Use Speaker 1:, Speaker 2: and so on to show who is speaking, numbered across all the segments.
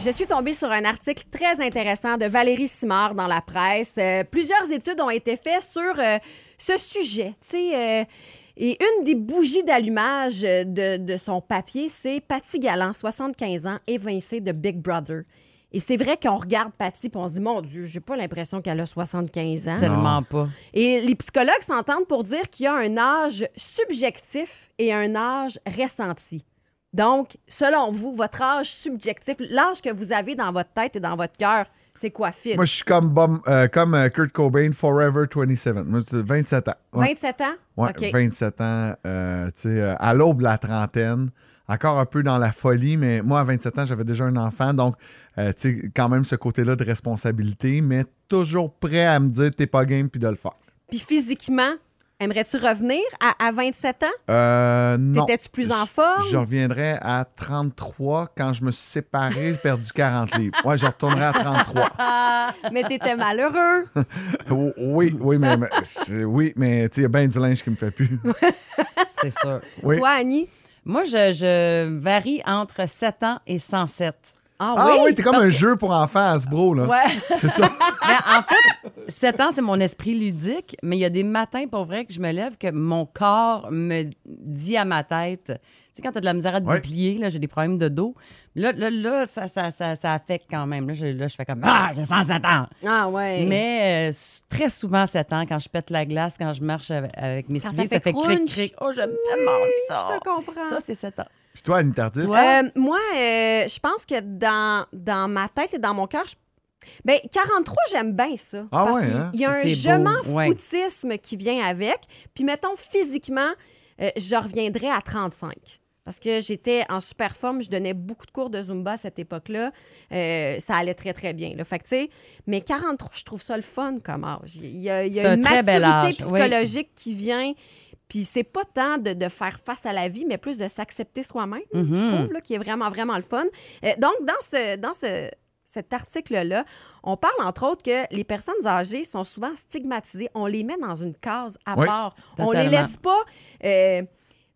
Speaker 1: Je suis tombée sur un article très intéressant de Valérie Simard dans la presse. Euh, plusieurs études ont été faites sur euh, ce sujet. Tu sais, euh, et une des bougies d'allumage de, de son papier, c'est Patty Galland, 75 ans, évincée de Big Brother. Et c'est vrai qu'on regarde Patty et on se dit, mon Dieu, j'ai pas l'impression qu'elle a 75 ans.
Speaker 2: Tellement pas.
Speaker 1: Et les psychologues s'entendent pour dire qu'il y a un âge subjectif et un âge ressenti. Donc, selon vous, votre âge subjectif, l'âge que vous avez dans votre tête et dans votre cœur, c'est quoi, Phil?
Speaker 3: Moi, je suis comme, Bum- euh, comme euh, Kurt Cobain, Forever 27. Moi, c'est 27 ans. Ouais.
Speaker 1: 27 ans?
Speaker 3: Ouais,
Speaker 1: OK.
Speaker 3: 27 ans, euh, tu sais, euh, à l'aube de la trentaine. Encore un peu dans la folie, mais moi, à 27 ans, j'avais déjà un enfant. Donc, euh, tu sais, quand même ce côté-là de responsabilité, mais toujours prêt à me dire, t'es pas game, puis de le faire.
Speaker 1: Puis physiquement, aimerais-tu revenir à, à 27 ans?
Speaker 3: Euh, non.
Speaker 1: T'étais-tu plus en
Speaker 3: Je-
Speaker 1: forme?
Speaker 3: Je reviendrai à 33 quand je me suis séparé, j'ai perdu 40 livres. Ouais, je retournerai à 33.
Speaker 1: Mais t'étais malheureux.
Speaker 3: O- Oui, oui, mais, mais c'est- oui, mais tu sais, il y a bien du linge qui me fait plus.
Speaker 2: C'est sûr.
Speaker 3: Oui.
Speaker 1: Toi, Annie?
Speaker 2: Moi, je, je varie entre 7 ans et 107.
Speaker 1: Ah,
Speaker 3: Ah oui, t'es comme
Speaker 2: parce
Speaker 3: un
Speaker 2: que-
Speaker 3: jeu pour enfants à Hasbro, là. C'est ça.
Speaker 2: Ben, en fait, 7 ans, c'est mon esprit ludique, mais il y a des matins, pour vrai, que je me lève, que mon corps me dit à ma tête. Tu sais, quand t'as de la misère à te
Speaker 3: Ouais.
Speaker 2: déplier, là, j'ai des problèmes de dos. Là, là, là, ça, ça, ça, ça affecte quand même. Là, je, là, je fais comme Ah, j'ai 107 ans.
Speaker 1: Ah ouais.
Speaker 2: Mais euh, s- très souvent, 7 ans, quand je pète la glace, quand je marche avec, avec mes
Speaker 1: Quand ça
Speaker 2: souliers, ça,
Speaker 1: fait
Speaker 2: fait
Speaker 1: crunch.
Speaker 2: cric-cric. Oh, j'aime tellement ça.
Speaker 1: je te comprends.
Speaker 2: Ça, c'est 7 ans.
Speaker 3: Puis toi, Annie Tardif,
Speaker 2: Ah
Speaker 1: Euh, moi, euh, je pense que dans, dans ma tête et dans mon cœur, je... ben, 43, j'aime bien ça.
Speaker 3: Ah
Speaker 1: parce
Speaker 3: ouais,
Speaker 1: qu'il
Speaker 3: hein?
Speaker 1: y a un
Speaker 2: C'est
Speaker 1: je
Speaker 2: beau,
Speaker 1: m'en
Speaker 2: ouais.
Speaker 1: foutisme qui vient avec. Puis mettons, physiquement, euh, je reviendrai à 35. Parce que j'étais en super forme, je donnais beaucoup de cours de Zumba à cette époque-là. Euh, ça allait très, très bien. Là. Fait que, tu sais, mais 43, je trouve ça le fun comme âge. Il y a, il y a
Speaker 2: C'est un
Speaker 1: une
Speaker 2: très
Speaker 1: maturité
Speaker 2: bel âge, oui.
Speaker 1: psychologique qui vient. Puis c'est pas tant de, de faire face à la vie, mais plus de s'accepter soi-même,
Speaker 3: Mhm.
Speaker 1: je trouve, là, qui est vraiment, vraiment le fun. Euh, donc, dans ce, dans ce, cet article-là, on parle entre autres que les personnes âgées sont souvent stigmatisées. On les met dans une case à
Speaker 3: Oui,
Speaker 1: part. On les
Speaker 2: totalement.
Speaker 1: laisse pas. euh,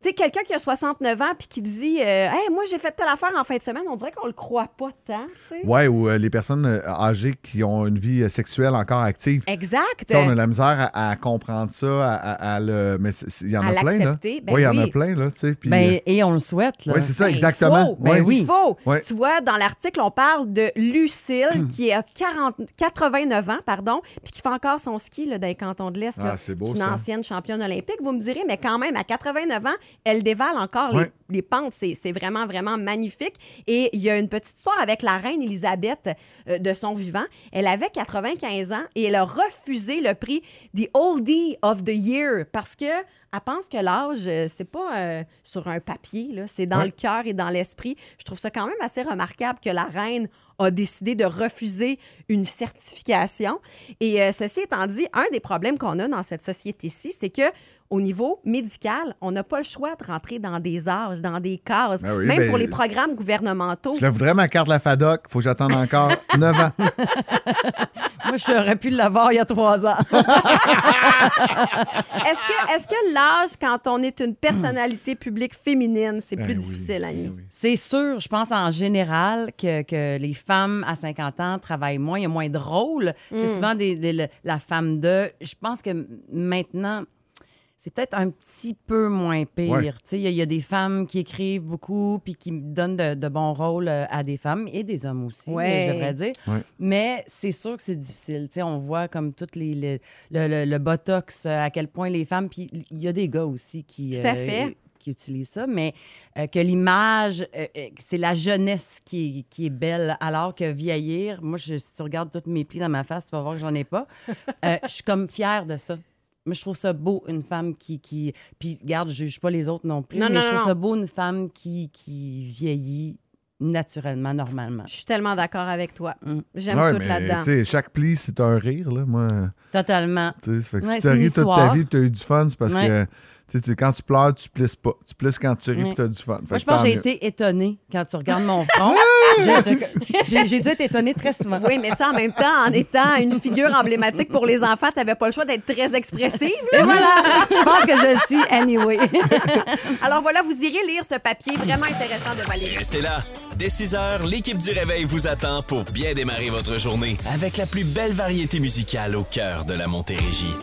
Speaker 1: tu sais, quelqu'un qui a 69 ans puis qui dit euh, Hey, moi, j'ai fait telle affaire en fin de semaine, on dirait qu'on le croit pas tant. tu sais.
Speaker 3: Ouais, ou euh, les personnes euh, âgées qui ont une vie euh, sexuelle encore active.
Speaker 1: Exact.
Speaker 3: Tu sais, on a de la misère à, à comprendre ça, à, à- à le. Mais c'est- c'est- il y en
Speaker 1: À
Speaker 3: a plein, là.
Speaker 1: l'accepter, ben
Speaker 3: oui, il y en a
Speaker 1: oui.
Speaker 3: plein, là, tu sais. puis,
Speaker 2: Ben, et on le souhaite.
Speaker 3: euh,
Speaker 2: Là.
Speaker 3: ouais, c'est ça,
Speaker 1: Ben,
Speaker 3: exactement.
Speaker 1: il faut, ben
Speaker 3: Ouais.
Speaker 1: Il faut.
Speaker 3: Ouais. Hmm.
Speaker 1: Tu vois, dans l'article, on parle de Lucille qui a 40, 89 ans, pardon, puis qui fait encore son ski là, dans les cantons de l'Est.
Speaker 3: Ah,
Speaker 1: là.
Speaker 3: c'est beau,
Speaker 1: une
Speaker 3: ça.
Speaker 1: ancienne championne olympique, vous me direz, mais quand même, à 89 ans, elle dévale encore
Speaker 3: Ouais.
Speaker 1: les, les pentes. C'est, c'est vraiment, vraiment magnifique. Et il y a une petite histoire avec la reine Elisabeth euh, de son vivant. Elle avait 95 ans et elle a refusé le prix The Oldie of the Year parce que elle pense que l'âge, euh, c'est pas euh, sur un papier, là, c'est dans
Speaker 3: Ouais.
Speaker 1: le cœur et dans l'esprit. Je trouve ça quand même assez remarquable que la reine a décidé de refuser une certification. Et euh, ceci étant dit, un des problèmes qu'on a dans cette société-ci, c'est que au niveau médical, on n'a pas le choix de rentrer dans des âges, dans des cases,
Speaker 3: Ah oui,
Speaker 1: même
Speaker 3: ben,
Speaker 1: pour les programmes gouvernementaux.
Speaker 3: Je la voudrais ma carte la FADOC, faut que j'attende encore 9 ans.
Speaker 2: Moi, j'aurais pu l'avoir il y a trois ans.
Speaker 1: Est-ce que, est-ce que l'âge, quand on est une personnalité publique féminine, c'est plus
Speaker 3: Ben oui,
Speaker 1: difficile, Annie?
Speaker 3: ben oui.
Speaker 2: C'est sûr, je pense en général que, que les femmes à 50 ans travaillent moins, il y a moins de rôles. C'est souvent des, des- le- la femme de. Je pense que m- maintenant, c'est peut-être un petit peu moins pire.
Speaker 3: Ouais.
Speaker 2: Tu sais, Il y, a- il y a des femmes qui écrivent beaucoup puis qui donnent de, de bons rôles euh, à des femmes et des hommes aussi,
Speaker 1: Ouais.
Speaker 2: je devrais dire.
Speaker 3: Ouais.
Speaker 2: Mais c'est sûr que c'est difficile. Tu sais, on voit comme toutes les, les- le, le- le botox, euh, à quel point les femmes. Puis il y a des gars aussi qui. euh,
Speaker 1: Tout à fait.
Speaker 2: qui utilisent ça, mais euh, que l'image, euh, euh, que c'est la jeunesse qui, est- qui est belle, alors que vieillir, moi, je- si tu regardes toutes mes plis dans ma face, tu vas voir que j'en ai pas. Euh, je suis comme fière de ça. Moi, je trouve ça beau, une femme qui... qui... Puis, regarde, je juge pas les autres non plus,
Speaker 1: Non,
Speaker 2: mais
Speaker 1: non,
Speaker 2: je
Speaker 1: non,
Speaker 2: trouve ça beau, une femme qui, qui vieillit naturellement, normalement.
Speaker 1: Je suis tellement d'accord avec toi. J'aime
Speaker 3: Ouais,
Speaker 1: tout
Speaker 3: mais,
Speaker 1: là-dedans.
Speaker 3: tu sais, chaque pli, c'est un rire, là, moi.
Speaker 2: Totalement.
Speaker 3: Tu sais, ça fait que
Speaker 2: Ouais,
Speaker 3: si t'as
Speaker 2: c'est une
Speaker 3: ri toute ta
Speaker 2: histoire.
Speaker 3: vie, t'as eu du fun, c'est parce
Speaker 2: Ouais.
Speaker 3: que Tu sais, tu- quand tu pleures, tu plisses pas. Tu plisses quand tu ris,
Speaker 2: Oui.
Speaker 3: puis tu as du fun. Fait
Speaker 2: Moi,
Speaker 3: que
Speaker 2: je pense
Speaker 3: tant
Speaker 2: que j'ai
Speaker 3: mieux.
Speaker 2: été étonnée quand tu regardes mon front. Je- j'ai j'ai dû être étonnée très souvent.
Speaker 1: Oui, mais tu sais, en même temps, en étant une figure emblématique pour les enfants, tu n'avais pas le choix d'être très expressive.
Speaker 2: Eh
Speaker 1: là.
Speaker 2: Voilà, je pense que je suis anyway.
Speaker 1: Alors voilà, vous irez lire ce papier vraiment intéressant de Valérie.
Speaker 4: Restez là. Dès 6 heures, l'équipe du réveil vous attend pour bien démarrer votre journée avec la plus belle variété musicale au cœur de la Montérégie.